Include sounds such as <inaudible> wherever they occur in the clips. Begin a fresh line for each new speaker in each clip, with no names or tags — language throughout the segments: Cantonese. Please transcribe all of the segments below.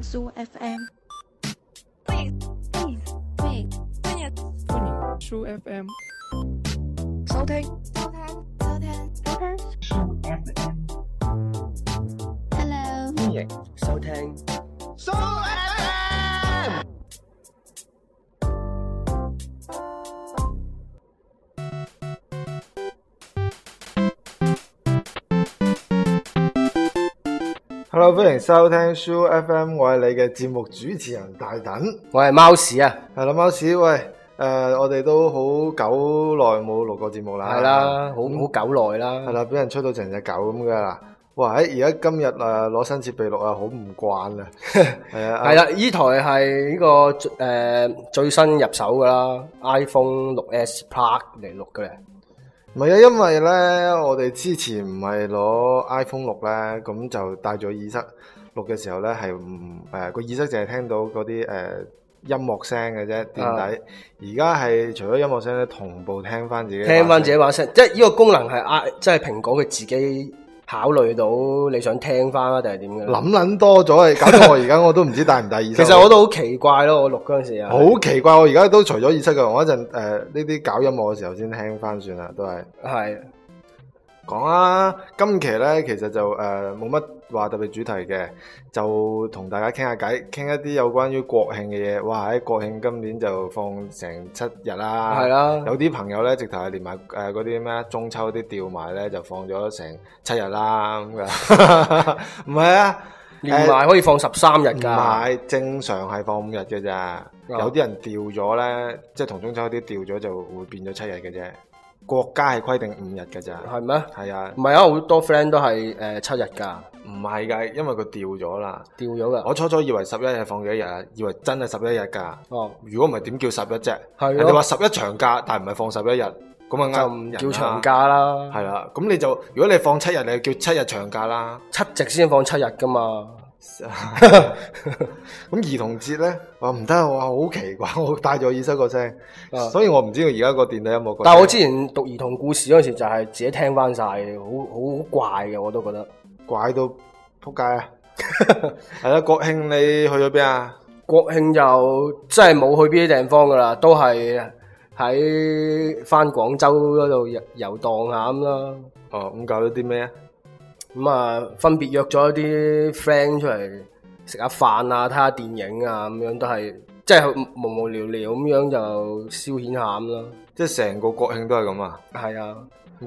蘇 FM。
True FM。
收聽，
Hello，
歡迎收聽。
Hello，歡迎收聽 Soo FM，我係你嘅節目主持人大等。
我係貓屎啊，
係啦，貓屎，喂，誒、我哋都好久耐冇錄過節目啦。
係啦，好
嗯
好久耐
係
啦，
啦，俾人吹到成隻狗咁噶啦。哇，喺而家今日誒攞新設備錄啊，好唔慣啊。 <laughs> 係啊，
係啦，依台係呢個最誒最新入手噶啦，iPhone 六 S Plus 嚟錄嘅咧，
唔係啊，因為咧，我哋之前唔係攞 iPhone 六咧，咁就戴咗耳塞錄嘅時候咧，係唔誒個耳塞淨係聽到嗰啲誒音樂聲嘅啫，
啊
墊底。而家係除咗音樂聲咧，同步聽翻自己把聲。
聽翻自己把聲，即係呢個功能係 i 即係蘋果佢自己考慮到你想聽翻啊，定係點嘅咧？
諗撚多咗啊，搞到我而家我都唔知戴唔戴耳
其
塞。
實我都好奇怪咯，我錄嗰陣時啊，
好奇怪，我而家都除咗耳塞嘅，我一陣誒呢啲搞音樂嘅時候先聽翻算啦，都係。
係
講啦，今期咧其實就誒冇乜話特別主題嘅，就同大家傾下偈，傾一啲有關於國慶嘅嘢。哇！喺國慶今年就放成七日啦，
係啦，
有啲朋友咧直頭係連埋誒嗰啲咩中秋啲調埋咧就放咗成七日啦咁
<laughs>
噶，唔係啊，
連埋可以放十三日
唔
㗎，
係正常係放五日嘅咋，有啲人調咗咧，即係同中秋啲調咗就會變咗七日嘅啫。國家係規定五日嘅咋，
係咩？
係啊
唔，係啊，好多 friend 都係誒七日㗎，
唔係㗎，因為佢調咗啦。
掉咗㗎。
我初初以為十一日放幾日啊，以為真係十一日㗎。
哦。
如果唔係點叫十一啫？
係咯
人哋話十一長假，但唔係放十一日，咁啊
就
啱
唔
人
叫
啦
長。假啦，
係啦，咁你就如果你放七日，你就叫七日長假
<laughs>
啦。
七夕先放七日噶嘛。
咁兒童節咧，我唔得啊，我好奇怪， <laughs> 我戴咗耳塞個聲
啊，
所以我唔知道而家個電底音樂個聲。
但係我之前讀兒童故事嗰陣時，就係自己聽翻晒，好好好怪嘅，我都覺得。
怪到撲街
<laughs>
啊！係啦，國慶你去咗邊啊？
國慶就真係冇去邊啲地方噶啦，都係喺翻廣州嗰度遊遊蕩下咁啦。
哦，咁搞咗啲咩啊？
咁啊，分別約咗啲 friend 出嚟食下飯啊，睇下電影啊，咁樣都係即係無無聊聊咁樣就消遣下咁啦。
即係成個國慶都係咁啊！
係啊。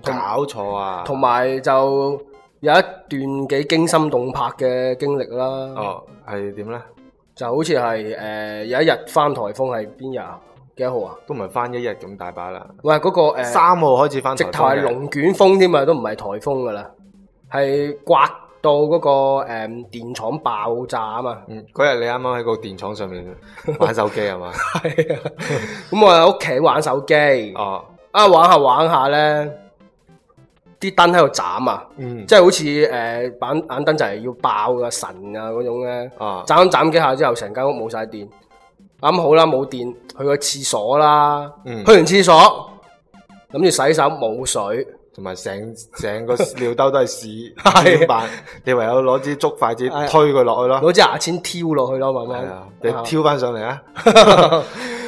搞錯啊！
同埋就有一段幾驚心動魄嘅經歷啦。
哦，係點咧？
就好似係誒有一日翻颱風係邊日啊？幾多號啊？
都唔係翻一日咁大把啦。
喂，嗰、個、呃、
三號開始翻
直
台風嘅，
頭係龍捲風添啊，都唔係颱風噶啦，係刮到嗰、個誒、呃、電廠爆炸啊嘛。
嗯，嗰日你啱啱喺個電廠上面玩手機
<laughs>
係嘛？
係啊，咁我喺屋企玩手機，
哦，
啊玩下玩下咧，啲燈喺度斬啊！
嗯，
即係好似誒板眼燈就係要爆嘅神啊嗰種咧，
啊
斬斬幾下之後，成間屋冇晒電。啱好啦，冇電，去個廁所啦。
嗯
去完廁所，諗住洗手冇水，
同埋成成個尿兜都係屎，
<laughs> 係啊
點辦？你唯有攞支竹筷子
係啊
推佢落去咯。
攞支牙籤挑落去咯，慢
係
慢
啊，。你挑翻上嚟啊！
啊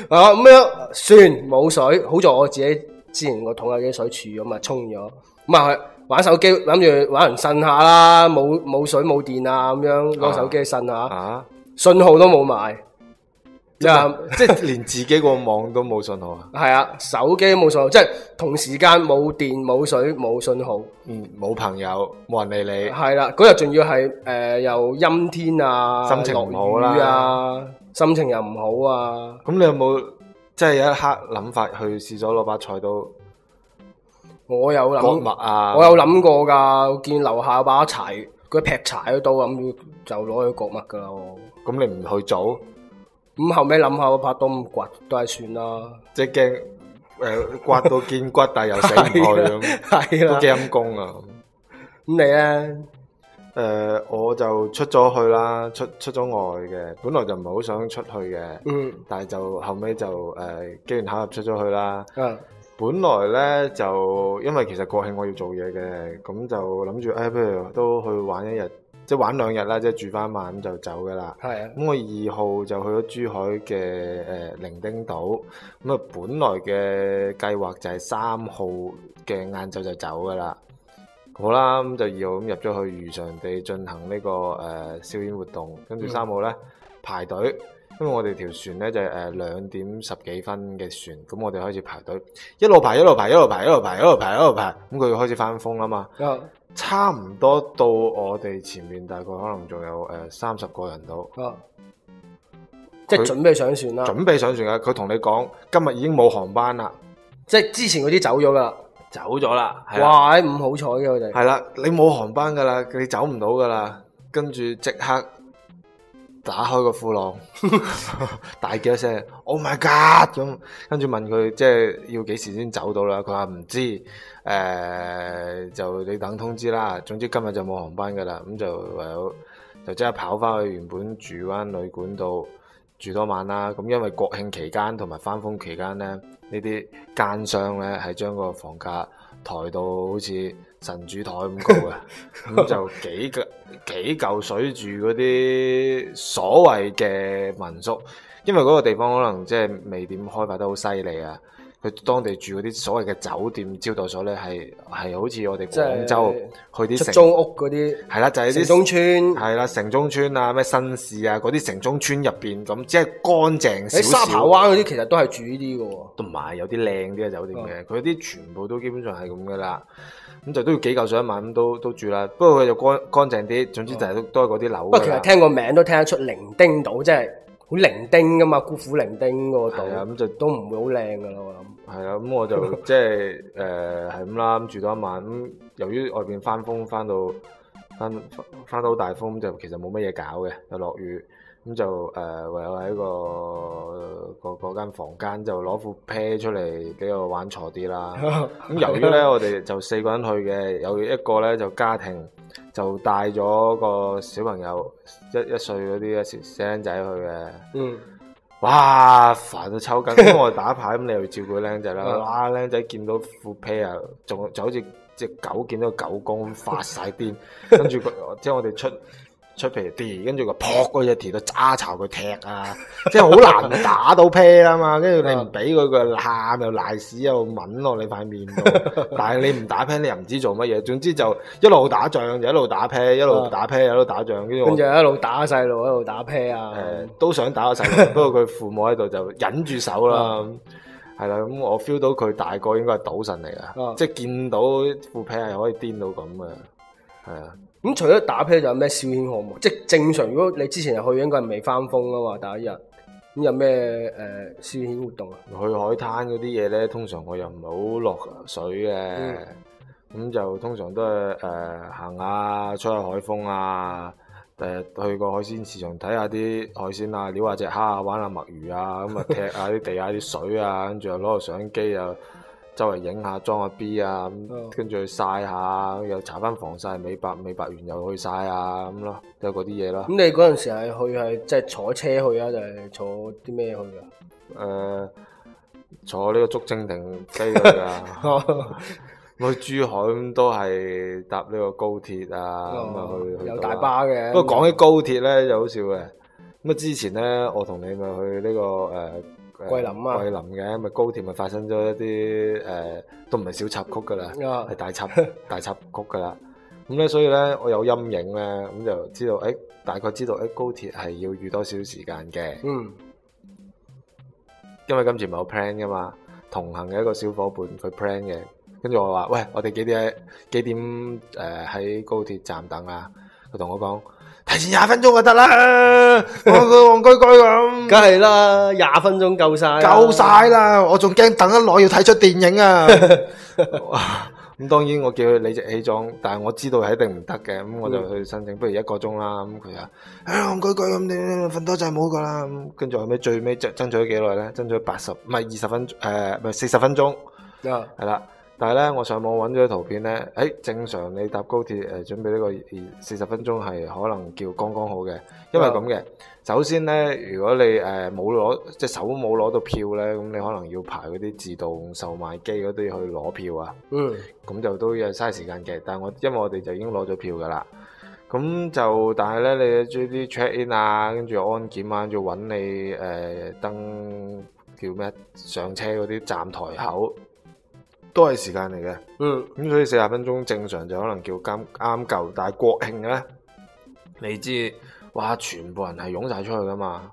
<laughs> 啊咁樣，算冇水。好在我自己之前個桶有啲水柱咁啊，沖咗。咁啊，玩手機諗住玩完呻下啦，冇冇水冇電啊，咁樣攞手機呻下，
啊，
信號都冇埋，即係。
即係連自己個網都冇信號啊！
系啊，手機冇信號，即係同時間冇電、冇水、冇信號。
嗯，冇朋友，冇人理你。
係啦，嗰日仲要係诶又陰天啊，
心情唔好啦
落雨啊，心情又唔好啊。
咁你有冇即係有一刻諗法去試咗攞把菜刀
我有
割脈
諗，
啊？
我有諗過㗎。我見樓下有把柴，佢劈柴嗰刀咁，就攞去割脈㗎啦。我
咁你唔去做？
咁後尾諗下，我拍刀咁刮都係算啦。
即係驚誒刮到見骨，但係又死唔去咁，
係
都
啦，
幾陰功啊！
咁你咧？
誒、我就出咗去啦，出出咗外嘅，本來就唔係好想出去嘅，
嗯
但係就後尾就誒、機緣巧合出咗去啦。
啊
本來咧就因為其實國慶我要做嘢嘅，咁就諗住誒，不如都去玩一日即係玩兩日啦，即係住翻晚咁就走噶啦。
系啊，
咁我二號就去咗珠海嘅誒伶仃島，咁啊本來嘅計劃就係三號嘅晏晝就走噶啦。好啦，咁就二號咁入咗去漁場地進行呢、個誒、呃燒煙活動，跟住
嗯
三號咧排隊，因為我哋條船咧就係誒兩點十幾分嘅船，咁我哋開始排隊，一路排一路排一路排一路排一路排一路排，咁佢開始翻風啦嘛。
啊
差唔多到我哋前面大概可能仲有誒三十個人到，
啊，即系
佢
准备上船啦，
準備上船啊嘅。佢同你講今日已經冇航班啦，
即系之前嗰啲走咗噶啦。
走咗啦，係啦，
哇，唔好彩嘅佢哋，
係啦，你冇航班噶啦，你走唔到噶啦，跟住即刻打開個褲浪， <laughs> 大叫一聲 Oh my God 咁，跟住問佢即係要幾時先走到啦？佢話唔知，誒、就你等通知啦。總之今日就冇航班噶啦，咁就唯有就即刻跑翻去原本住嗰間旅館度住多晚啦。咁因為國慶期間同埋翻風期間咧，呢啲奸商咧係將個房價抬到好似神主台咁高
<laughs>
嘅，咁就幾個幾嚿水住嗰啲所謂嘅民宿，因為嗰個地方可能即係未點開發得好犀利啊。佢當地住嗰啲所謂嘅酒店招待所咧，係係好似我哋
即係
廣州去
出
啲
租
城，
屋嗰啲
係啦，就係
城
啲
中村，
系啦，城中村啊，咩新市啊，嗰啲城中村入边咁，即係乾淨
喺
少
哎沙
少。
扒灣嗰啲其實都係住呢啲嘅喎。
同埋有啲靚啲嘅酒店
哦
嘅，佢啲全部都基本上係咁噶啦。咁就都要幾嚿水一晚咁都都住啦。不過佢就乾乾淨啲，總之就係都都係嗰啲樓㗎
不過
啦。
其實聽個名都聽得出伶仃島，即係好伶仃噶嘛，孤苦伶仃嗰個
係啊，
島
咁就
都唔會好靚噶啦，我諗。
係啦。咁我就即係誒係咁啦，咁住多一晚。咁由於外邊翻風翻到翻翻到好大風，咁就其實冇乜嘢搞嘅，又落雨。咁就誒、呃唯有喺個嗰嗰間房間就攞副啤出嚟俾我玩坐啲啦。咁由於咧，我哋就四個人去嘅，有一個咧就家庭就帶咗個小朋友一一歲嗰啲嘅細僆仔去嘅，
<laughs> 嗯，
哇煩到抽筋！咁我打牌咁，你又照顧僆仔啦，
嗯
哇僆仔見到副 pair 啊，仲就好似只狗見到狗公咁發晒癲，跟住佢即係我哋出。出皮跌，跟住個撲嗰只跌到揸巢佢踢啊！即係好難打到 pair 啦嘛，跟住你唔俾佢佢喊又賴屎又吻落你塊面度，但係你唔打 pair 你又唔知做乜嘢，總之就一路打仗就一路打 pair，一路打 pair 一路打仗，跟住我
跟住一路打細路，一路打啤啊
誒、。都想打個細路，不過佢父母喺度就忍住手啦。係啦，咁我 feel 到佢大個應該係賭神嚟
啊
噶，即係見到副皮係可以癲到咁嘅，係啊，
咁除咗打啤，仲有咩消遣項目？即係正常，如果你之前去，應該係未翻風啊嘛，第一日。咁有咩誒、呃消遣活動啊？
去海灘嗰啲嘢咧，通常我又唔係好落水嘅，咁
嗯、
就通常都係誒、呃行下吹下海風啊，誒、去個海鮮市場睇下啲海鮮啊，撩下隻蝦啊，玩下墨魚啊，咁啊踢下啲地下啲水啊，跟住又攞個相機啊，周圍影下裝下 B 啊，
嗯
咁跟住去曬下，又搽翻防曬美白，美白完又去曬啊，咁咯，都係嗰啲嘢咯
咁。你嗰陣時係去係即係坐車去啊，定係坐啲咩去啊㗎？
誒、呃坐呢個竹蜻蜓飛去㗎。
<laughs>
<laughs>
哦 Ờ.
我去珠海咁都係搭呢個高鐵啊，咁啊去去
哦有
到
大
啦。
巴嘅。
不過講起高鐵咧就好笑嘅，咁啊之前咧我同你咪去呢、個誒。誒
桂林啊
桂林嘅咪高鐵咪發生咗一啲誒、都唔係小插曲噶啦，
啊
係大插 <laughs> 大插曲噶啦。咁咧，所以咧，我有陰影咧，咁就知道，誒、大概知道，誒、高鐵係要預多少時間嘅。
嗯
因為今次唔係有 plan 噶嘛，同行嘅一個小伙伴佢 plan 嘅，跟住我話：喂，我哋幾點幾點誒呃喺、高鐵站等啊？佢同我講提前廿分鐘就得啦，我個戇居居咁，
梗係啦，廿分鐘夠晒啊啦，
夠晒啦，我仲驚等得耐要睇出電影啊！哇咁當然我叫佢理直氣壯，但係我知道係一定唔得嘅，咁我就去申請，不如一個鐘啦。咁佢話：啊，戇居居咁，你你瞓多陣冇噶啦。咁跟住後尾最尾爭爭取咗幾耐咧？爭取咗八十，唔係二十分，誒唔係四十分鐘。
啊！
係啦。但係咧，我上網揾咗啲圖片咧，誒、正常你搭高鐵誒、準備呢個四十分鐘係可能叫剛剛好嘅，因為咁嘅。首先咧，如果你誒冇攞即係手冇攞到票咧，咁你可能要排嗰啲自動售賣機嗰啲去攞票啊，
嗯
咁就都要嘥時間嘅。但係我因為我哋就已經攞咗票㗎啦，咁就但係咧，你追啲 check in 啊，跟住安檢啊，跟住揾你誒、呃登叫咩上車嗰啲站台口，都係時間嚟嘅。
嗯
咁所以四十分鐘正常就可能叫啱啱夠，但係國慶咧，你知哇，全部人係湧晒出去噶嘛，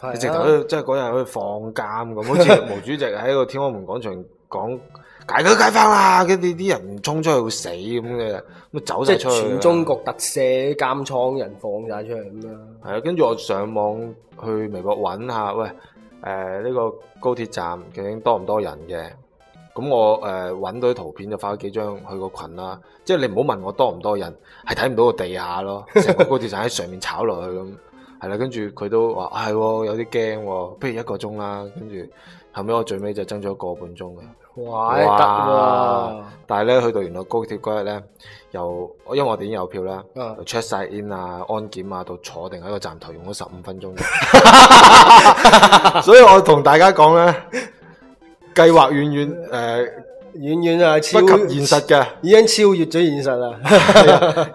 係啊
你直頭好似即係嗰日好似放監咁，好似毛主席喺個天安門廣場講解救解放啦，跟住啲人衝出去會死咁嘅，咁走
即
晒
係
出去㗎。
全中國特赦監倉人放晒出嚟咁樣。
係啊，跟住我上網去微博揾下，喂，誒、呢、個高鐵站究竟多唔多人嘅？咁我誒揾、到啲圖片就發咗幾張去個群啦。即係你唔好問我多唔多人，係睇唔到個地下咯，成個高鐵站喺上面炒落去咁。係啦，跟住佢都話啊係喎，有啲驚喎，不如一個鐘啦。跟住後尾我最尾就爭咗個半鐘嘅。
哇，得喎！
但係咧，去到原來高鐵嗰日咧，又因為我哋已經有票啦
啊
，check 晒 in 啊、安檢啊，到坐定喺個站台用咗十五分 <laughs> 鐘。所以我同大家講咧，計劃遠遠誒
遠遠啊，超
不及現實 <laughs> 嘅，
已經超越咗現實啦。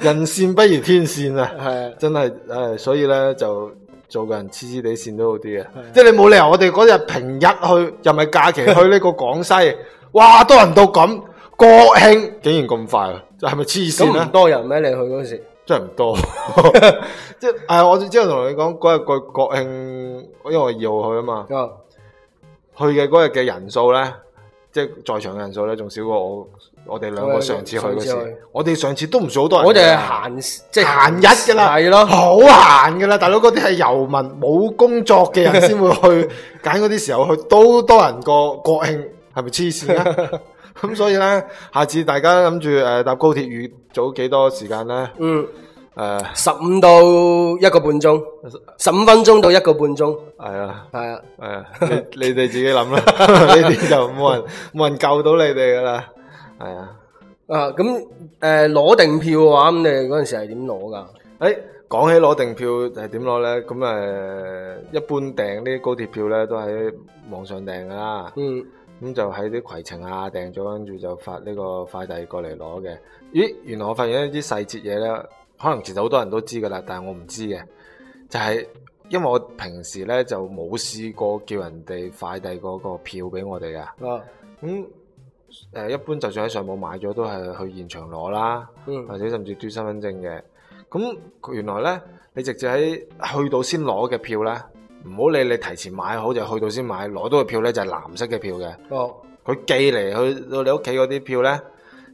人善不如天善啊！
係啊，
真係誒，所以咧就做個人黐黐地線都好啲嘅，即係你冇理由我哋嗰日平日去，又唔係假期去呢個廣西， <laughs> 哇多人到咁，國慶竟然咁快啊！係咪黐線
咁唔
咧？
多人咩？你去嗰時
真係唔多， <laughs> 即係誒，我之後同你講嗰日個國慶，因為我二號去啊嘛，
啊，
去嘅嗰日嘅人數咧，即係在場嘅人數咧，仲少過我我哋兩個上次去嗰
上次去
時，我哋上次都唔算好多人嘅，
我哋係閒即係
閒日㗎啦
係咯，
好閒噶啦，大佬嗰啲係遊民冇工作嘅人先會去揀嗰啲時候去，都多人過國慶，係咪黐線啊？咁所以咧，下次大家諗住誒搭高鐵預早幾多時間咧？呃誒、
嗯，十五到一個半鐘，十五分鐘到一個半鐘，
係啊，
係啊，
係啊，你你哋自己諗啦，呢啲就冇人冇人救到你哋噶啦，係啊。
啊咁誒攞定票嘅話，咁你哋嗰陣時係點攞㗎？
誒、講起攞定票係點攞咧？咁誒、呃一般訂呢啲高鐵票咧都喺網上訂噶啦。
嗯，
咁就喺啲攜程啊訂咗，跟住就發呢個快遞過嚟攞嘅。咦，原來我發現一啲細節嘢咧，可能其實好多人都知噶啦，但係我唔知嘅，就係、因為我平時咧就冇試過叫人哋快遞嗰個票俾我哋噶。
啊，
咁、誒一般就算喺上網買咗，都係去現場攞啦，
嗯
或者甚至嘟身份證嘅。咁佢原來咧，你直接喺去到先攞嘅票咧，唔好理你提前買好，就去到先買，攞到嘅票咧就係藍色嘅票嘅。
哦，
佢寄嚟去到你屋企嗰啲票咧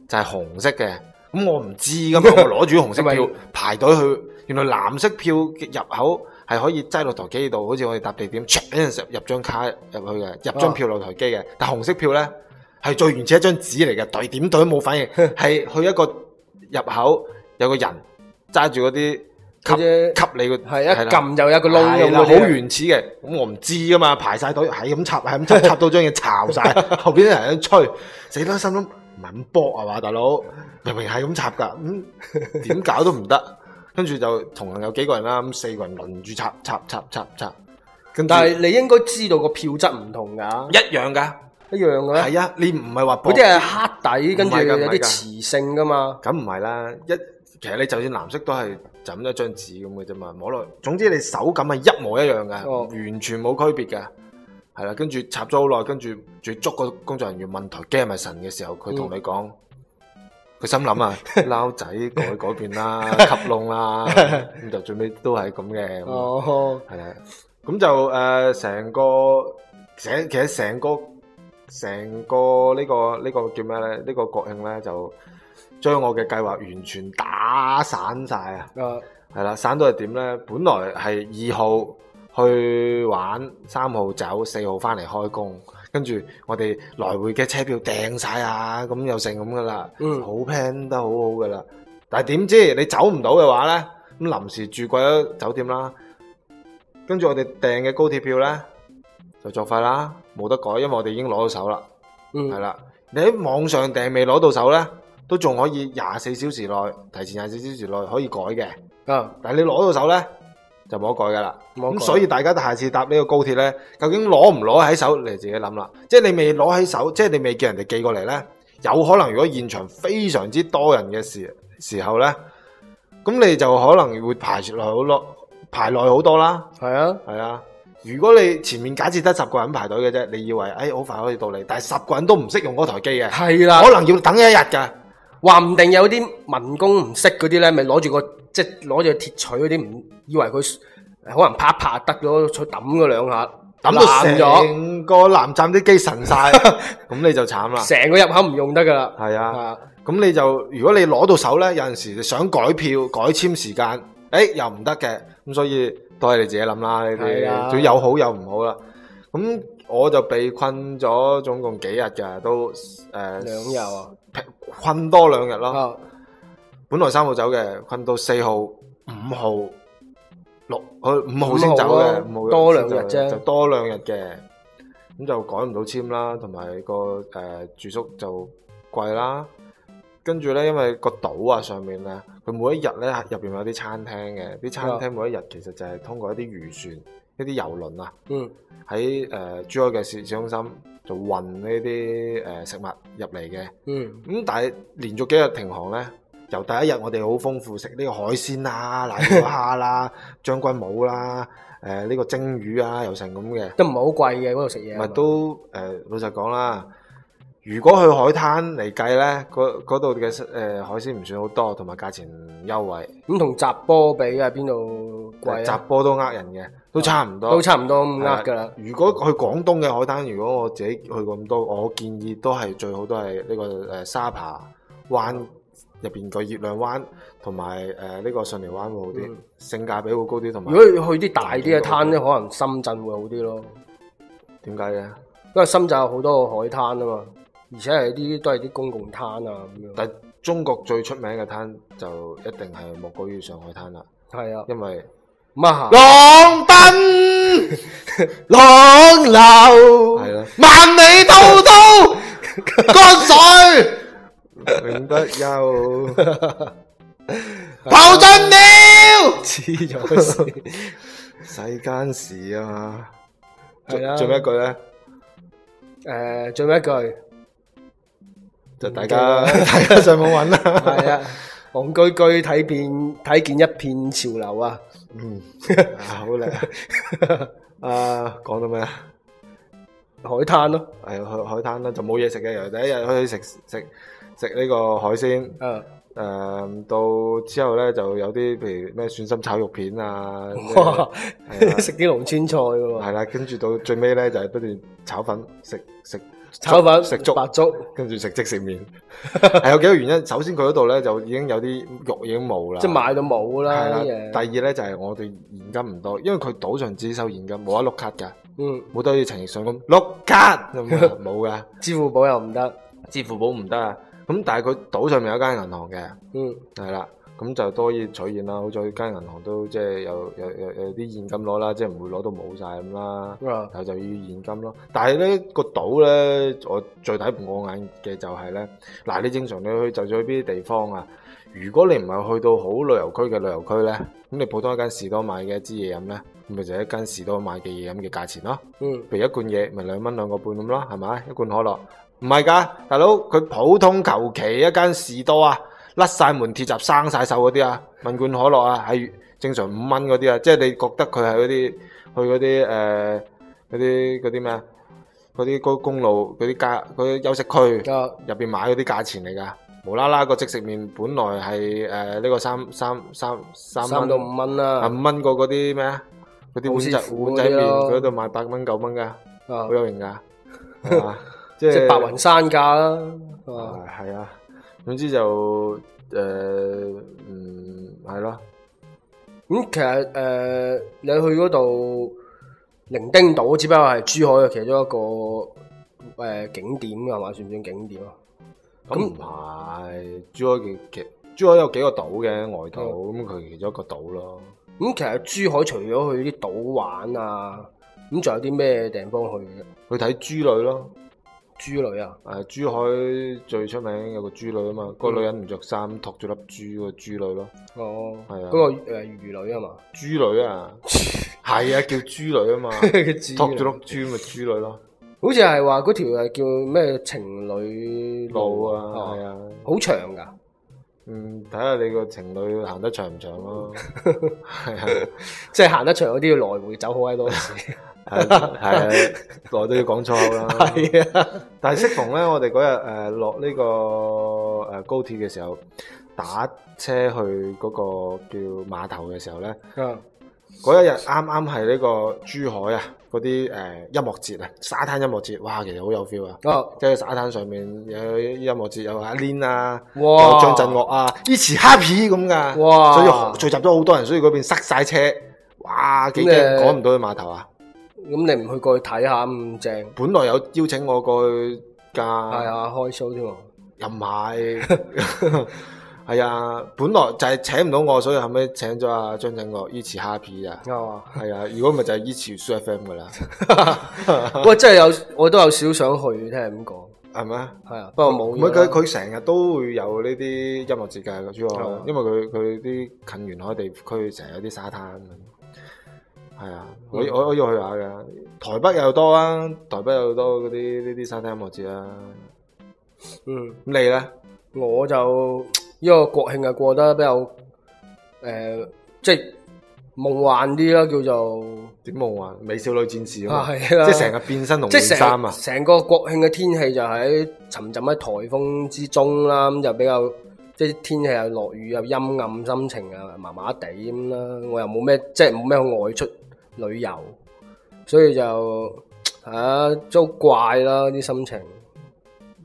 就係、紅色嘅。咁我唔知噶嘛，
<laughs>
我攞住紅色
因
票
為
排隊去，原來藍色票嘅入口係可以擠落台機度，好似我哋搭地點，唰一陣入入張卡入去嘅，入張票落台機
啊
嘅。但紅色票咧係最原始一張紙
<laughs>
嚟嘅，隊點隊都冇反應，係去一個入口有個人揸住嗰啲
嗰啲
吸吸你個
係一
啦
撳就有一個窿咁
係啦
嗰
好
啲啊
原始嘅，咁我唔知噶嘛，排晒隊係咁插，係
<laughs>
咁插，插到張嘢巢晒， <laughs> 後邊啲人喺度吹，死啦，心諗唔係咁搏啊嘛，大佬明明係咁插噶，咁、 <laughs> 點搞都唔得，跟住就同行有幾個人啦，咁四個人輪住插插插插插，跟住
但係你應該知道個票質唔同㗎，
一樣噶，
一樣嘅咩？
係啊，你唔係話
嗰
搏
啲係黑底，跟
唔
住
係㗎唔係
有啲
㗎
磁性㗎嘛。
咁唔係啦，一其實你就算藍色都係就咁一張紙咁嘅啫嘛，摸落，總之你手感係一模一樣嘅，
哦
完全冇區別嘅。係啦，跟住插咗好耐，跟住仲要捉個工作人員問台機係咪神嘅時候，佢同你講，佢、心諗啊，撈仔改改變啦，吸窿啦，咁就最尾都係咁嘅。咁
哦，
係啦，咁就誒成、個成其實成個成個呢、個呢、個叫咩咧？呢、個國慶咧就將我嘅計劃完全打散晒啊！
啊，
係啦，散到係點咧？本來係二號去玩，三號走，四號翻嚟開工，跟住我哋來回嘅車票訂晒啊，咁又成咁噶啦，
嗯
好 plan 得好好噶啦。但係點知你走唔到嘅話咧，咁臨時住貴咗酒店啦，跟住我哋訂嘅高鐵票咧就作廢啦，冇得改，因為我哋已經攞到手啦。
嗯
系，啦，你喺網上訂未攞到手咧，都仲可以廿四小時內提前廿四小時內可以改嘅。
啊，
但係你攞到手咧就冇得改噶啦。
冇得
咁
改
所以大家下次搭呢個高鐵咧，究竟攞唔攞喺手，你自己諗啦。即係你未攞喺手，即係你未叫人哋寄過嚟咧，有可能如果現場非常之多人嘅時時候咧，咁你就可能會排耐好多，排耐好多啦。
系啊，
係啊，如果你前面假設得十個人排隊嘅啫，你以為哎诶好、快可以到嚟，但係十個人都唔識用嗰台機
<laughs>
嘅，
系啦，
可能要等一日㗎。
話唔定有啲民工唔識嗰啲咧，咪攞住個即係攞住個鐵錘嗰啲，唔以為佢可能拍一拍得咗，佢抌嗰兩下，
抌
爛
到
咗，
成個南站啲機神
<laughs>
晒，咁你就慘啦。
成個入口唔用得噶啦。
係啊，
啊，
咁你就如果你攞到手呢，有陣時你想改票、改簽時間，诶又唔得嘅，咁所以都係你自己諗啦。呢
係啊
啲仲有好有唔好啦。咁我就被困咗總共幾日㗎，都诶
兩日啊，
困多兩日咯。
啊
本來三號走嘅，困到四號、五號、六，佢五號先走
五號
嘅，
咯
五號
多
先
兩日
走嘅
啫
就多兩日嘅，咁就改唔到簽啦，同埋個誒、呃住宿就貴啦。跟住咧，因為個島啊上面咧，佢每一日咧入邊有啲餐廳嘅，啲餐廳每一日其實就係通過一啲漁船、一啲遊輪啊，
嗯，
喺誒、呃珠海嘅市市中心就運呢啲誒食物入嚟嘅。
嗯，
咁但係連續幾日停航咧，由第一日我哋好豐富食呢個海鮮啦、奶油蝦
<laughs>
啦、將軍帽啦、誒、呢、個蒸魚啊，又成咁嘅，
都唔係好啊貴嘅嗰度食嘢。
咪都誒、老實講啦。如果去海灘嚟計咧，嗰嗰度嘅誒海鮮唔算好多，同埋價錢優惠，
咁同雜波比啊，邊度貴
集
啊？
波都呃人嘅，都差唔多，
都差唔多咁呃噶
係
啦。
如果去廣東嘅海灘，如果我自己去過咁多，我建議都係最好都係呢個誒沙扒灣入邊個月亮灣同埋誒呢個順寮灣會好啲，
嗯
性價比會高啲，同
如
埋
果要去啲大啲嘅灘咧，可能深圳會好啲咯，
點解嘅？
因為深圳有好多個海灘啊嘛，而且係啲都係啲公共灘啊咁樣。
但中國最出名嘅灘就一定係莫過於上海灘啦，
係啊，
因為
咁啊行
浪 <laughs> 奔
浪流
係啦
萬里滔滔，
江水。永不休，
跑盡了，黐咗線。
世間事啊嘛，
係啦
最最尾一句咧，
誒，最尾一句
就大家 <laughs> 大家上網揾啦。 <laughs>
係啊，戇居居睇遍睇見一片潮流啊！
嗯，啊好靚啊！講到咩啊？
海灘咯，
係去海灘啦，就冇嘢食嘅。由第一日開始食食食呢個海鮮，
<laughs>
誒、
誒，
到之後咧就有啲譬如咩蒜心炒肉片啊，咩
哇
係啊
<laughs> 食啲農村菜嘅喎，
係啦，跟住到最尾咧就係不斷炒粉食食
炒粉、
食粥
白粥，
跟住食即
<laughs>
食麵，係有幾個原因。首先佢嗰度咧就已經有啲肉已經冇啦，
即係賣到冇啦
係啦
啲。嘢。
第二咧就係我哋現金唔多，因為佢島上只收現金，冇得碌卡㗎。
嗯，
冇得好似陳奕迅咁碌卡咁啊冇噶，
支付寶又唔得，
支付寶唔得啊。咁但係佢島上面有間銀行嘅，
嗯，
係啦，咁就多以取現啦。好在間銀行都即係有有有有啲現金攞啦，即係唔會攞到冇晒咁啦。
啊，
然後就要現金咯。但係咧個島咧，我最睇唔過眼嘅就係咧，嗱你正常你去就算去邊啲地方啊，如果你唔係去到好旅遊區嘅旅遊區咧，咁你普通一間士多買嘅一支嘢飲咧，咪就係一間士多買嘅嘢飲嘅價錢咯。
嗯，
譬如一罐嘢咪兩蚊兩個半咁咯，係咪？一罐可樂唔係㗎，大佬佢普通求其一間士多啊，甩晒門鐵閘生晒手嗰啲啊，問罐可樂啊，係正常五蚊嗰啲啊，即係你覺得佢係嗰啲去嗰啲誒嗰啲嗰啲咩啊？嗰啲高公路嗰啲家嗰啲休息區
啊，
入邊買嗰啲價錢嚟㗎，無啦啦個即食麵本來係誒呢個三三三三
三
蚊
到五蚊啦
啊，五蚊個嗰啲咩啊？嗰啲
好
碗
師
仔
傅
碗仔
嗰啲
麵，
咯
佢喺度賣八蚊九蚊㗎。
啊
好，有型噶，係嘛即
即係
係
白雲山價啦，啊，
啊，係啊，總之就誒、嗯係咯，
咁、其實誒、呃你去嗰度伶仃島，只不過係珠海嘅其中一個誒、呃景點係嘛？算唔算景點啊？
咁唔係珠海嘅其珠海有幾個島嘅外島，咁佢其中一個島咯。
咁、其實珠海除咗去啲島玩啊，咁仲有啲咩地方去嘅？
去睇豬女咯，
珠女啊，
誒、珠海最出名有個豬女啊嘛，個
嗯
女人唔着衫，托住粒豬個豬女咯，
哦，
係啊
嗰、個誒、呃、魚女啊嘛，
豬女啊，係啊，叫豬女啊嘛，托
托
住粒豬咪豬女咯，
好似係話嗰條係叫咩情侶
路啊，係
啊，
啊，
好長㗎，
嗯，睇下你個情侶行得長唔長咯。係啊，
即係行得長嗰啲要來回走好閪多次。
係啊係，耐都要講粗口啦。
係啊，
但係適逢咧，我哋嗰日誒呃落呢個誒高鐵嘅時候，打車去嗰個叫碼頭嘅時候咧，
<laughs> 嗯
嗰一日啱啱係呢個珠海啊嗰啲誒音樂節啊，沙灘音樂節，哇，其實好有 feel 啊！
哦，
即係沙灘上面有音樂節，有阿 Lin 啊，
哇
有張震岳啊，依時 happy 咁噶，
哇
所以好聚集咗好多人，所以嗰邊塞晒車，哇，幾
咁
驚，
你
趕唔到去碼頭啊！
咁你唔去過去睇下咁正，
本來有邀請我過去
係
㗎，
啊，開 show 添喎。
又唔係，係啊，本來就係請唔到我，所以後尾請咗阿張震岳依時 happy 啊，
啊，
係啊，如果咪就係依時 s FM 噶啦，
喂，真係有，我都有少想去，聽人咁講，
係咪啊？
係啊，不過冇
唔係
嘢
佢
啦。
佢成日都會有呢啲音樂節嘅主
係嘛
要，因為佢佢啲近沿海地區成日有啲沙灘係啊，我
嗯
我我要去下嘅。台北又多啊，台北又多嗰啲呢啲沙灘音樂節啊。
嗯，
咁你咧？
我就呢個國慶啊過得比較誒、呃即係夢幻啲啦，叫做。
點夢幻？美少女戰士啊嘛，
啊係
即
啊
係成日變身龍
即
換
係
衫
成
啊！
成個國慶嘅天氣就喺沉浸喺颱風之中啦，咁就比較即係天氣又落雨又陰暗，心情啊麻麻地咁啦。我又冇咩即係冇咩外出旅遊，所以就啊都怪啦啲心情。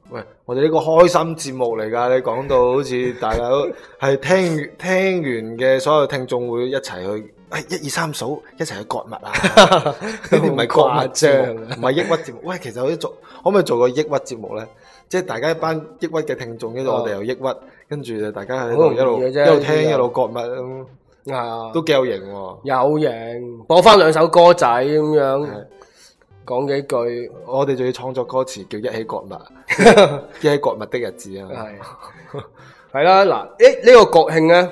喂，我哋呢個開心節目嚟㗎，你講到好似大家
<laughs>
都係聽完聽完嘅所有聽眾會一齊去，哎一二三數一齊去割物
<laughs>
啊！呢啲唔係割物節目，
好誇張啊
唔係抑鬱節目。喂，其實可以做，可唔可以做個抑鬱節目咧？即係大家一班抑鬱嘅聽眾，跟住
哦
我哋又抑鬱，跟住就大家喺
好
度
容易
一路
嘅
一
啫
路
呢
聽
啲
一
啊
路割物咁，
係啊，
都幾有型喎！
有型，播翻兩首歌仔咁樣
係
講幾句，
我哋仲要創作歌詞叫一起割
<laughs>
物， <laughs> 一起割物的日子啊！
係係啦嗱，誒呢個國慶咧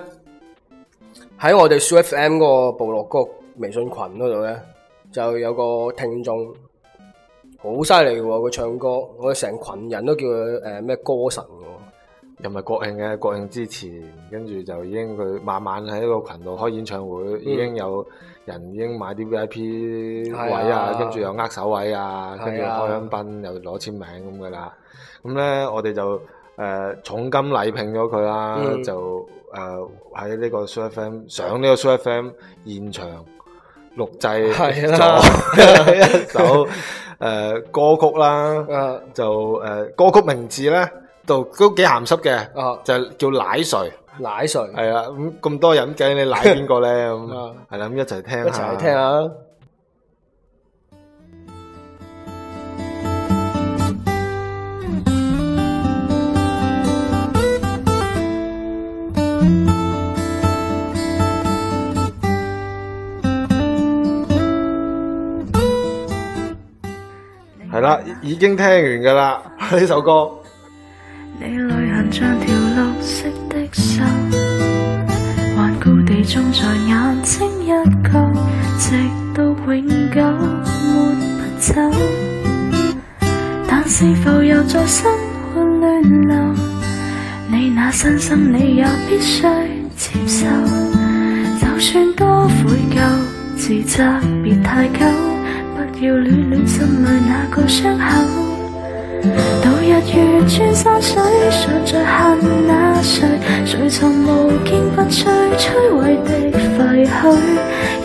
喺我哋 s FM 嗰個部落嗰個微信群嗰度咧，就有個聽眾好犀利喎，佢唱歌，我哋成群人都叫佢誒咩歌神喎，
又唔係國慶嘅，國慶之前，跟住就已經佢慢慢喺個群度開演唱會，已經有人已經買啲 V I P
係啊
位啊，跟住又握手位啊，跟住
係啊
開香檳又攞簽名咁噶啦。咁咧，我哋就誒、呃重金禮聘咗佢啦，
嗯
就誒喺呢個 s u F M 上呢個 s u F M 現場錄製
係啦 <laughs>
咗一首誒、呃歌曲啦。
啊
就誒、呃歌曲名字咧，就都幾鹹濕嘅，
啊
就係叫奶誰，
奶水
係啦，咁咁多人計你奶邊個
<laughs>
咧咁，
啊
係啦，咁一齊聽
一齊嚟聽啊下。
係啦，已經聽完噶啦 <laughs> 呢首歌，
你淚痕像條綠色的鏽，頑固地種在眼睛一角，直到永久抹不走。但是浮游在生活亂流，你那身心理也必須接受。就算多悔疚，自責別太久，不要戀戀心裏那個傷口。度日月穿山水，誰在恨那誰？誰曾無堅不摧，摧毀的廢墟，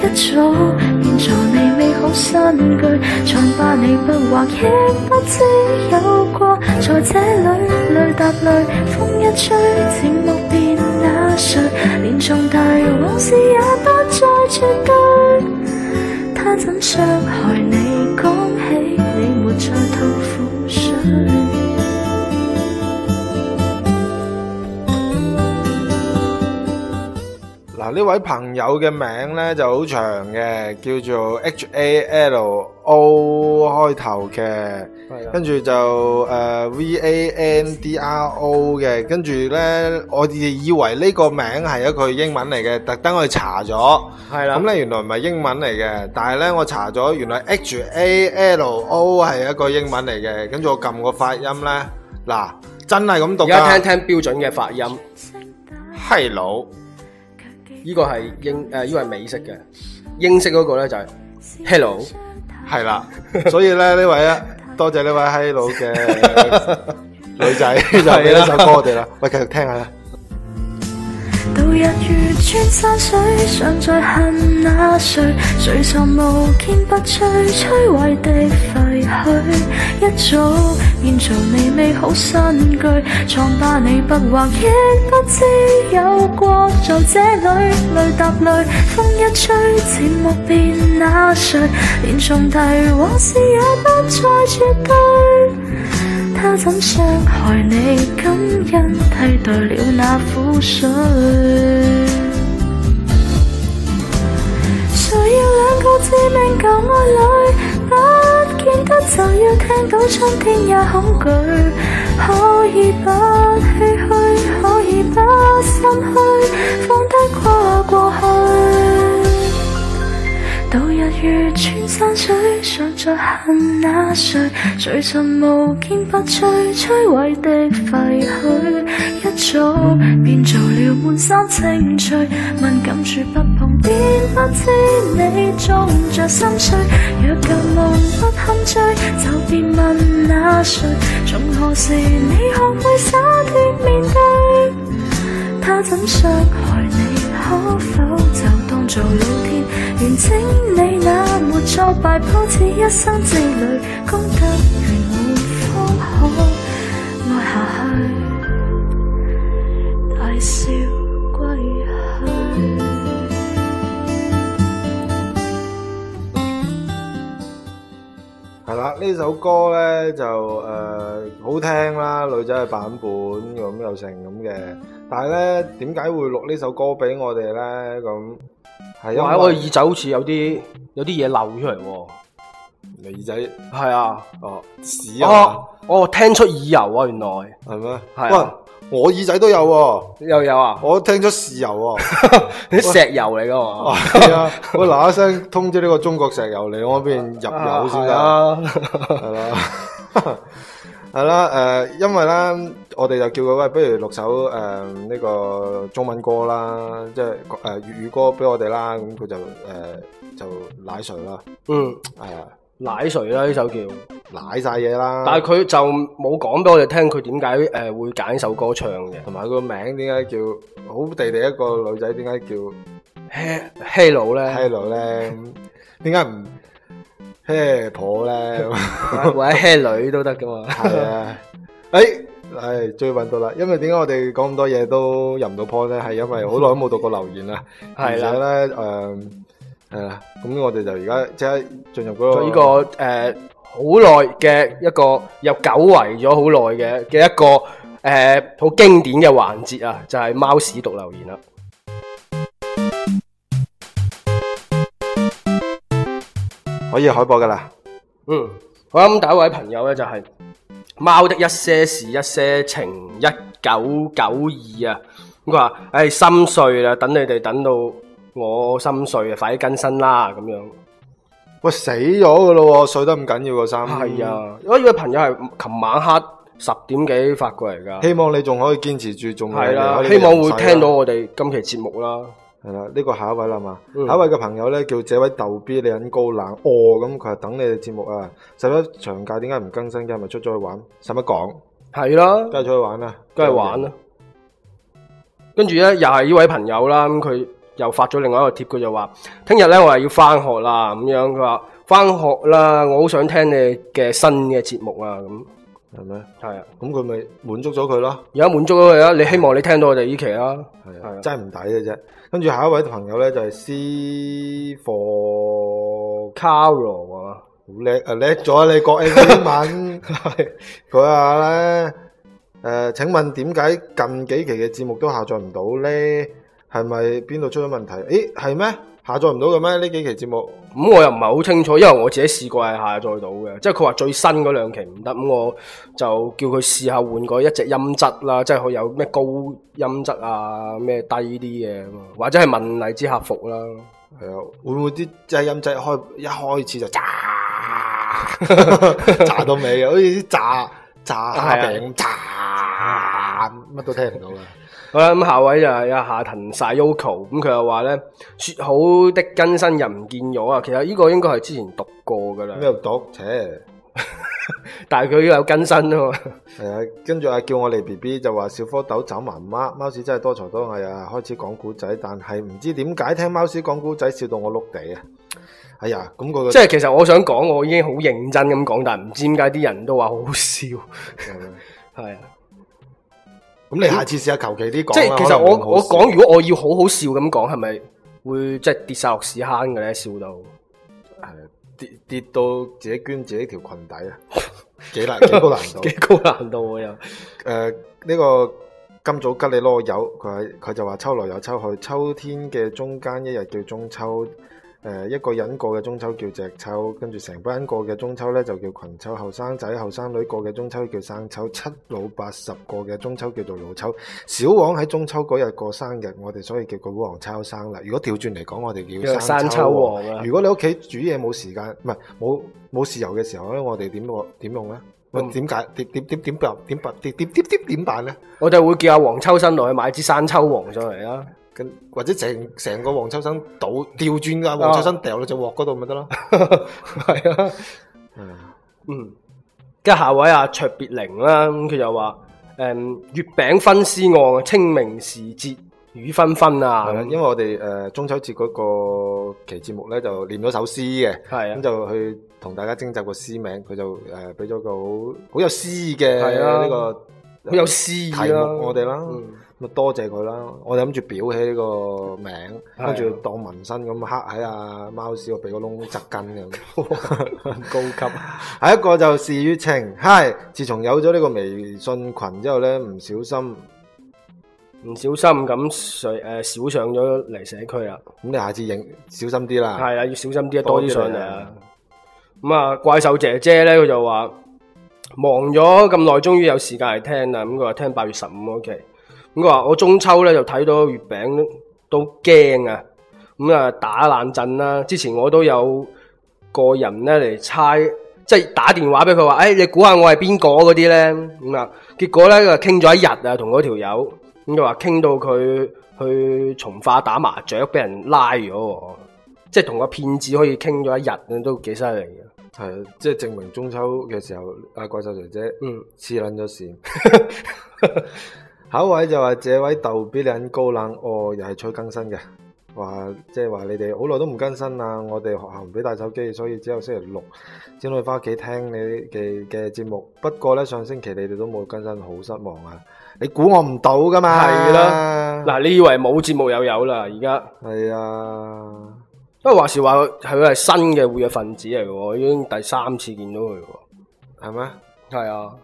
一早變做你美好新居，瘡疤你不畫，亦不知有過。在這裏淚答淚，風一吹，漸目變那誰？連重提往事也不再絕對。他怎傷害你？講起你沒再吐苦水。
嗱呢位朋友嘅名咧就好長嘅，叫做 H A L O 開頭嘅。
係啊啦
跟住就誒、呃 V A N D R O 嘅，跟住咧我哋以為呢個名係一句英文嚟嘅，特登去查咗，
係啦，
咁咧原來唔係英文嚟嘅，但係咧我查咗，原來 H A L O 係一個英文嚟嘅，跟住我撳個發音咧，嗱真係咁讀
而
㗎
家聽聽標準嘅發音，
星斗
閪佬，
呢個係英呃诶，呢個係美式嘅，英式嗰個咧就係 hello，
係啦，所以咧呢位啊，多謝呢位閪佬嘅女仔就俾呢首歌我哋啦，喂，繼續聽下啦。
度日月穿山水，尚在恨那誰？誰曾無堅不摧，摧毀的廢墟，一早變做你美好新居，瘡疤你不畫，亦不知有過在這裏，淚答淚，風一吹，漸目變那誰？連重提往事也不再絕對。他怎傷害你？感恩替代了那苦水。誰要兩個致命舊愛侶？不見得就要聽到苍天也恐懼。可以不唏噓，可以不心虛，放低跨過去。度日月穿山水，尚在恨那誰？誰曾無堅不摧，摧毀的廢墟，一早變做了滿山青翠。敏感處不碰，便不知你種着心碎。若舊夢不堪追，就別問那誰。從何時你學會灑脱面對？他怎傷害你？可否就當做老天完整你那沒挫敗鋪似一生之旅，功德圓滿方可愛下去，大笑歸去。
係啦，呢首歌咧就誒、呃好聽啦，女仔嘅版本咁又成咁嘅。但係咧，點解會錄呢首歌俾我哋咧？咁係
哇！我
因為
耳仔好似有啲有啲嘢漏出嚟喎。
你耳仔
係啊，
哦屎啊
哦，，我聽出耳油啊，原來
係咩？
係啊
喂，我耳仔都有
<laughs>
喎、
又有啊，
我聽咗豉油喎、
啲石油嚟噶嘛。
係啊，我嗱一聲通知呢個中國石油嚟我嗰邊入油先得。
啊係啊，
系啦， <laughs> 系啦，诶，因為咧，我哋就叫佢喂，不如錄首诶呢、個中文歌啦，即係诶粤语歌俾我哋啦，咁佢就诶、呃就奶水啦，
嗯，
係啊，
奶水啦呢首叫，
奶晒嘢啦，
但係佢就冇講俾我哋聽佢點解诶会拣首歌唱嘅。
同埋佢個名點解叫好地地一個女仔點解叫
He- Hello 咧，
Hello 咧？點解唔 h 婆咧？
<laughs> 或者 h 女都得噶嘛。 <laughs>
系啊，诶、唉，追揾到啦，因為點解我哋講咁多嘢都入唔到 point 咧？係因為好耐都冇讀過留言啦，
係
而
啦
且咧，诶、係啦，咁我哋就而家即刻進入嗰、個
呢、個誒好耐嘅一個又久違咗好耐嘅嘅一個誒好、經典嘅環節啊，就係、貓屎讀留言啦。
可以開播噶啦，
嗯，好啦，咁第一位朋友咧就係、貓的一些事一些情一九九二啊，咁佢話：，唉、心碎啦，等你哋等到我心碎啊，快啲更新啦，咁樣。
喂死咗噶咯，睡得咁緊要個衫，
係，啊，因為呢位朋友係琴晚黑十點幾發過嚟㗎。
希望你仲可以堅持住，仲
係啦，
未離開呢個
希望
人
會
世啊
聽到我哋今期節目啦。
系啦，呢個下一位啦嘛，
嗯
下一位嘅朋友咧叫這位逗 B 你很高冷，哦咁佢話等你哋節目啊，使乜長假點解唔更新嘅？係咪出咗去玩？使乜講？
係啦，
梗係出去玩啦，
哦梗係玩啦。跟住咧，又係呢位朋友啦，咁佢又發咗另外一個貼，佢就話：聽日咧我係要翻學啦，咁樣佢話翻學啦，我好想聽你嘅新嘅節目啊，咁
係咩？
係啊，
咁佢咪滿足咗佢咯，
而家滿足咗佢啊啦，你希望你聽到我哋呢期啦，
係
係
啊，
啊
真係唔抵嘅啫。跟住下一位朋友咧就係 C 貨
Caro 啊嘛，
好叻啊，叻咗啊你國語英文。佢話咧誒，請問點解近幾期嘅節目都下載唔到咧？係咪邊度出咗問題？咦，係咩？下載唔到嘅咩？呢幾期節目
咁我又唔係好清楚，因為我自己試過係下載到嘅，即係佢話最新嗰兩期唔得，咁我就叫佢試下換過一隻音質啦，即係佢有咩高音質啊，咩低啲嘅咁啊，或者係問荔枝客服啦。
係啊，會唔會啲即係音仔開一開始就炸炸到尾嘅，好似啲炸炸蝦餅炸乜都聽唔到啦。
好啦，咁下位就係阿夏藤晒 Yoko，咁佢又話咧，说好的更新人唔見咗啊，其實呢個應該係之前讀過噶啦
咁，又讀，切。
但係佢有更新
<laughs>
啊嘛，
系啊，跟住啊叫我嚟 B B 就話小蝌蚪找媽媽，貓屎真係多才多藝啊！開始講古仔，但係唔知點解聽貓屎講古仔笑到我碌地啊！哎呀，咁佢個
即係其實我想講，我已經好認真咁講，但係唔知點解啲人都話好好笑，係啊，
咁你下次試下求其啲講
即
啦
係其實
可
我
能會好
我
笑
講，如果我要好好笑咁講，係咪會即係跌晒落屎坑嘅咧？笑
<laughs>
到
係啊跌跌到自己捐自己條裙底
<laughs>
啊，幾難幾高難度
幾。高難度啊又，
诶，呢個今早吉你攞柚，佢佢就話秋來有秋去，秋天嘅中間一日叫中秋，诶、一個人過嘅中秋叫隻秋，跟住成班人過嘅中秋咧就叫群秋，後生仔後生女過嘅中秋叫生秋，七老八十過嘅中秋叫做老秋。小王喺中秋嗰日過生日，我哋所以叫佢王秋生啦。如果調轉嚟講，我哋
叫
叫
生
生
秋
秋
王
王。
啊
如果你屋企煮嘢冇時間，唔係冇冇豉油嘅時候咧，我哋點攞點用咧？喂，
嗯
點解點點點點辦點辦點點點點點辦咧？
我就會叫阿黃秋生落去買支山秋王上嚟啊啦。
跟或者成成個黃秋生倒調轉啊，黃秋生掉落只鑊嗰度咪得咯？
啊系啊，嗯，跟住下位阿卓別玲啦，咁佢就話：诶、月餅分屍案，清明時節雨紛紛啊，
係啦，因為我哋誒中秋節嗰個期節目咧就念咗首詩嘅，
係啊
咁就去同大家徵集個詩名，佢就誒俾咗個好好有詩意嘅
係啊
呢個
好有詩意啊
題
啦，
目我哋啦，
嗯
咁啊多謝佢啦，我哋諗住裱起呢個名，
係啊
跟住當紋身咁啊刻喺阿貓屎個鼻個窿側根咁。 <laughs>
嗯高級。
下一個就事與情，嗨！自從有咗呢個微信群之後咧，唔小心
唔小心咁上诶少上咗嚟社區啦，
咁你下次認小心啲
係啊
啦。
啦，要小心啲，多啲上嚟
啊多啲嚟
啊
啊！
咁啊，怪獸姐姐咧，佢就話忙咗咁耐，終於有時間嚟聽啦。咁佢話聽八月十五嗰期，咁佢話我中秋咧就睇到月餅都驚啊！咁啊打冷震啦。之前我都有個人咧嚟猜，即係打電話俾佢話：，誒、哎你估下我係邊個嗰啲咧？咁啊，結果咧佢傾咗一日啊，同嗰條友咁佢話傾到佢去從化打麻雀，俾人拉咗喎。即係同個騙子可以傾咗一日，都幾犀利嘅。
係即係證明中秋嘅時候，阿怪獸姐 <laughs> 姐
嗯，
黐撚咗線。下一位就話：這位逗比撚高冷，哦，又係催更新嘅，話即係話你哋好耐都唔更新啦，我哋學校唔俾帶手機，所以只有星期六先可以翻屋企聽你嘅嘅節目。不過咧，上星期你哋都冇更新，好失望啊！你估我唔到噶嘛？
係
啦
嗱，你以為冇節目又有啦，而家
係啊，
不過話時話佢係新嘅活躍分子嚟嘅喎，已經第三次見到佢喎。
係咩？
係啊，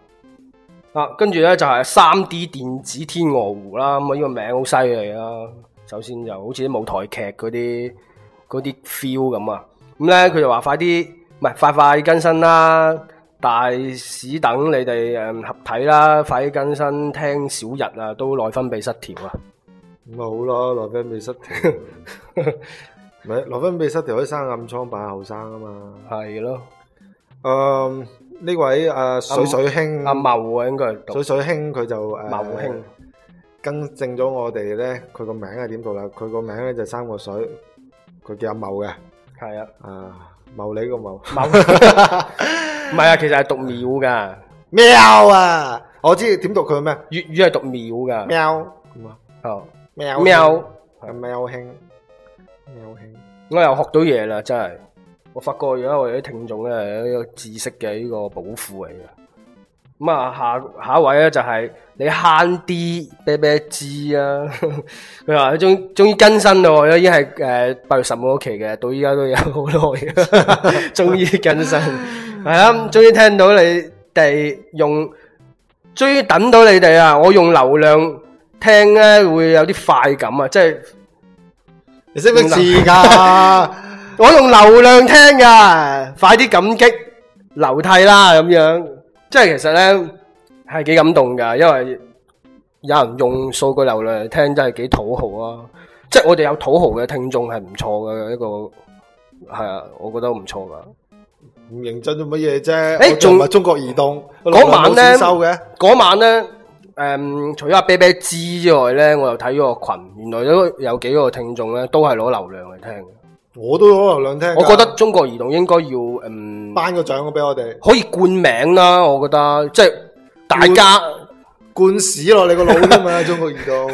啊，跟住咧就係三 D 電子天鵝湖啦，咁啊呢個名好犀利啊！首先就好似啲舞台劇嗰啲嗰啲 feel 咁啊，咁咧佢就話快啲，唔係快快更新啦，大使等你哋誒合體啦，快啲更新，聽小日啊都內分泌失調啊，
咁咪好咯，內分 <laughs> 泌失調，咪內分泌失調可以生暗瘡扮後生啊嘛。
係咯，
誒呢位誒水水兄
阿茂啊應該係讀
水水兄佢就誒
茂興
更正咗我哋咧，佢個名係點讀啦？佢個名咧就三個水，佢叫阿茂嘅，
係啊，
啊茂你個茂
茂唔係啊，其實係讀秒噶，
<laughs> 喵啊！我知點讀佢咩？
粵語係讀秒噶，
喵咁啊，
哦
喵
喵。
啊喵兄，喵兄，
<laughs> 我又學到嘢啦，真係！我發覺而家我哋啲聽眾咧係一個知識嘅呢個寶庫嚟嘅。咁啊，下下一位咧就係你慳啲啤啤枝啊！佢話終終於更新咯，已經係誒八月十五嗰期嘅，到依家都有好耐嘅，終於更新係啊！終於聽到你哋用，終於等到你哋啊！我用流量聽咧會有啲快感啊，即係〜
你識唔識字㗎？
我用流量聽噶，快啲感激流涕啦咁樣，即係其實呢係幾感動噶，因為有人用數據流量嚟聽真係幾土豪啊！即係我哋有土豪嘅聽眾係唔錯嘅一個，係啊，我覺得唔錯噶。
唔認真做乜嘢啫？
誒
我
仲
仲唔係中國移動
嗰晚呢
我老豆冇錢收嘅，
嗰晚呢，誒、诶、除咗阿啤啤知之外咧，我又睇咗個群，原來都有幾個聽眾咧，都係攞流量嚟聽嘅。
我都可能兩聽㗎。
我覺得中國移動應該要嗯，
頒個獎俾我哋，
可以冠名啦，我覺得即係大家 <laughs>
灌屎落你個腦啫嘛！中國移動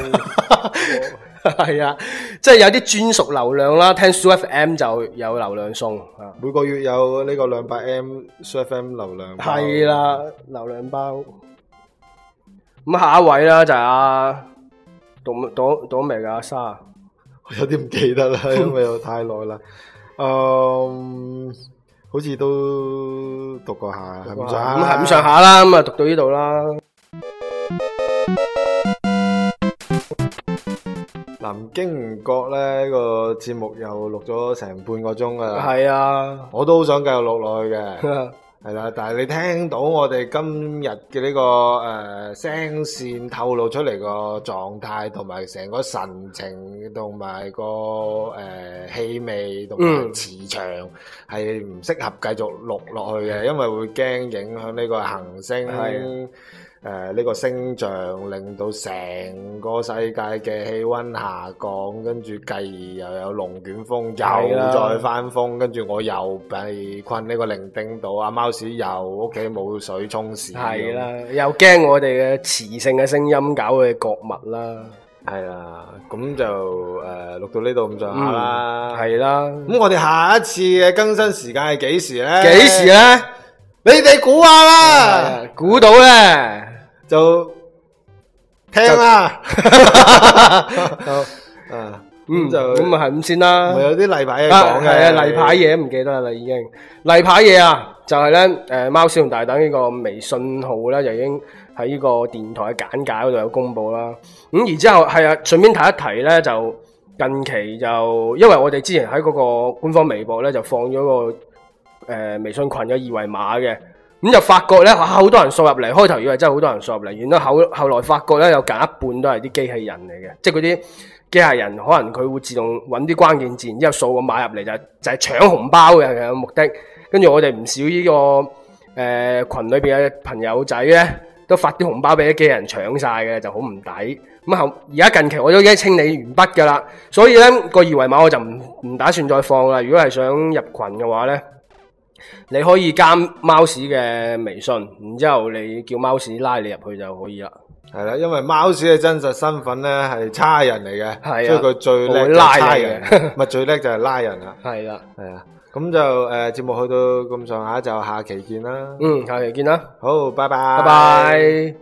係啊，即係有啲專屬流量啦，聽 s FM 就有流量送啊。
每個月有呢個兩百 M s f m 流量，
係，啦，流量包。咁下一位啦就係阿讀讀讀明阿沙，
我有啲唔記
<laughs>
得啦，因為有太耐啦。嗯，好似都讀過下，係咁上下
咁
啦
係咁上下啦，咁啊讀到呢度啦。
南京唔覺咧個節目又錄咗成半個鐘啊，
係啊，
我都好想繼續錄落去
<laughs>
嘅，
係
<laughs> 係啦。但係你聽到我哋今日嘅呢個诶、呃聲線透露出嚟個狀態，同埋成個神情，同埋個诶氣味，同埋
嗯
磁場係唔適合繼續錄落去嘅，因為會驚影響呢個行星呃
係。啊
誒呢、個星象令到成個世界嘅氣温下降，跟住繼而又有龍捲風，
係
又
啦
再翻風，跟住我又被困呢個伶仃島，阿貓屎又屋企冇水沖屎，
啦，又驚我哋嘅磁性嘅聲音搞佢嘅國物啦，
係啦，咁就誒、呃、錄到呢度咁上下啦，
係啦。
咁我哋下一次嘅更新時間係幾時咧？
幾時？咧？
你哋估下啦，
啊估到咧，
就聽啦。 <laughs>
<laughs>
啊，
嗯，
咁就
咁咪係咁先啦。
咪有啲例牌嘢
啊，
講
系
嘅，
啊，例牌嘢唔記得啦，已經例牌嘢啊，就係咧，诶，猫小熊大等呢個微信號咧，就已經喺呢個電台嘅簡介嗰度有公布啦。咁然之後係啊，順便提一提咧，就近期就因為我哋之前喺嗰個官方微博咧就放咗個诶、呃微信群嘅二維碼嘅。咁就發覺咧，哇！好多人掃入嚟，開頭以為真係好多人掃入嚟，原來後後來發覺咧，有近一半都係啲機器人嚟嘅，即係嗰啲機械人可能佢會自動揾啲關鍵字，然之後掃個碼入嚟就係就係搶紅包嘅佢嘅目的。跟住我哋唔少呢、個誒、呃群裏邊嘅朋友仔咧，都發啲紅包俾啲機器人搶晒嘅，就好唔抵。咁後而家近期我都已經清理完畢㗎啦，所以咧個二維碼我就唔唔打算再放啦。如果係想入群嘅話咧。你可以加貓屎嘅微信，然之後你叫貓屎拉你入去就可以啦。
係啦，因為貓屎嘅真實身份咧係差人嚟嘅，
係
所
啊
以佢最
我
叻
會
就係
拉
差
你
人， <laughs>
嘅
唔係最叻就係拉人啦，
係啦，
<laughs> 係啊，咁就誒節目去到咁上下就下期見啦，
嗯，下期見啦，
嗯好，拜拜，
拜拜。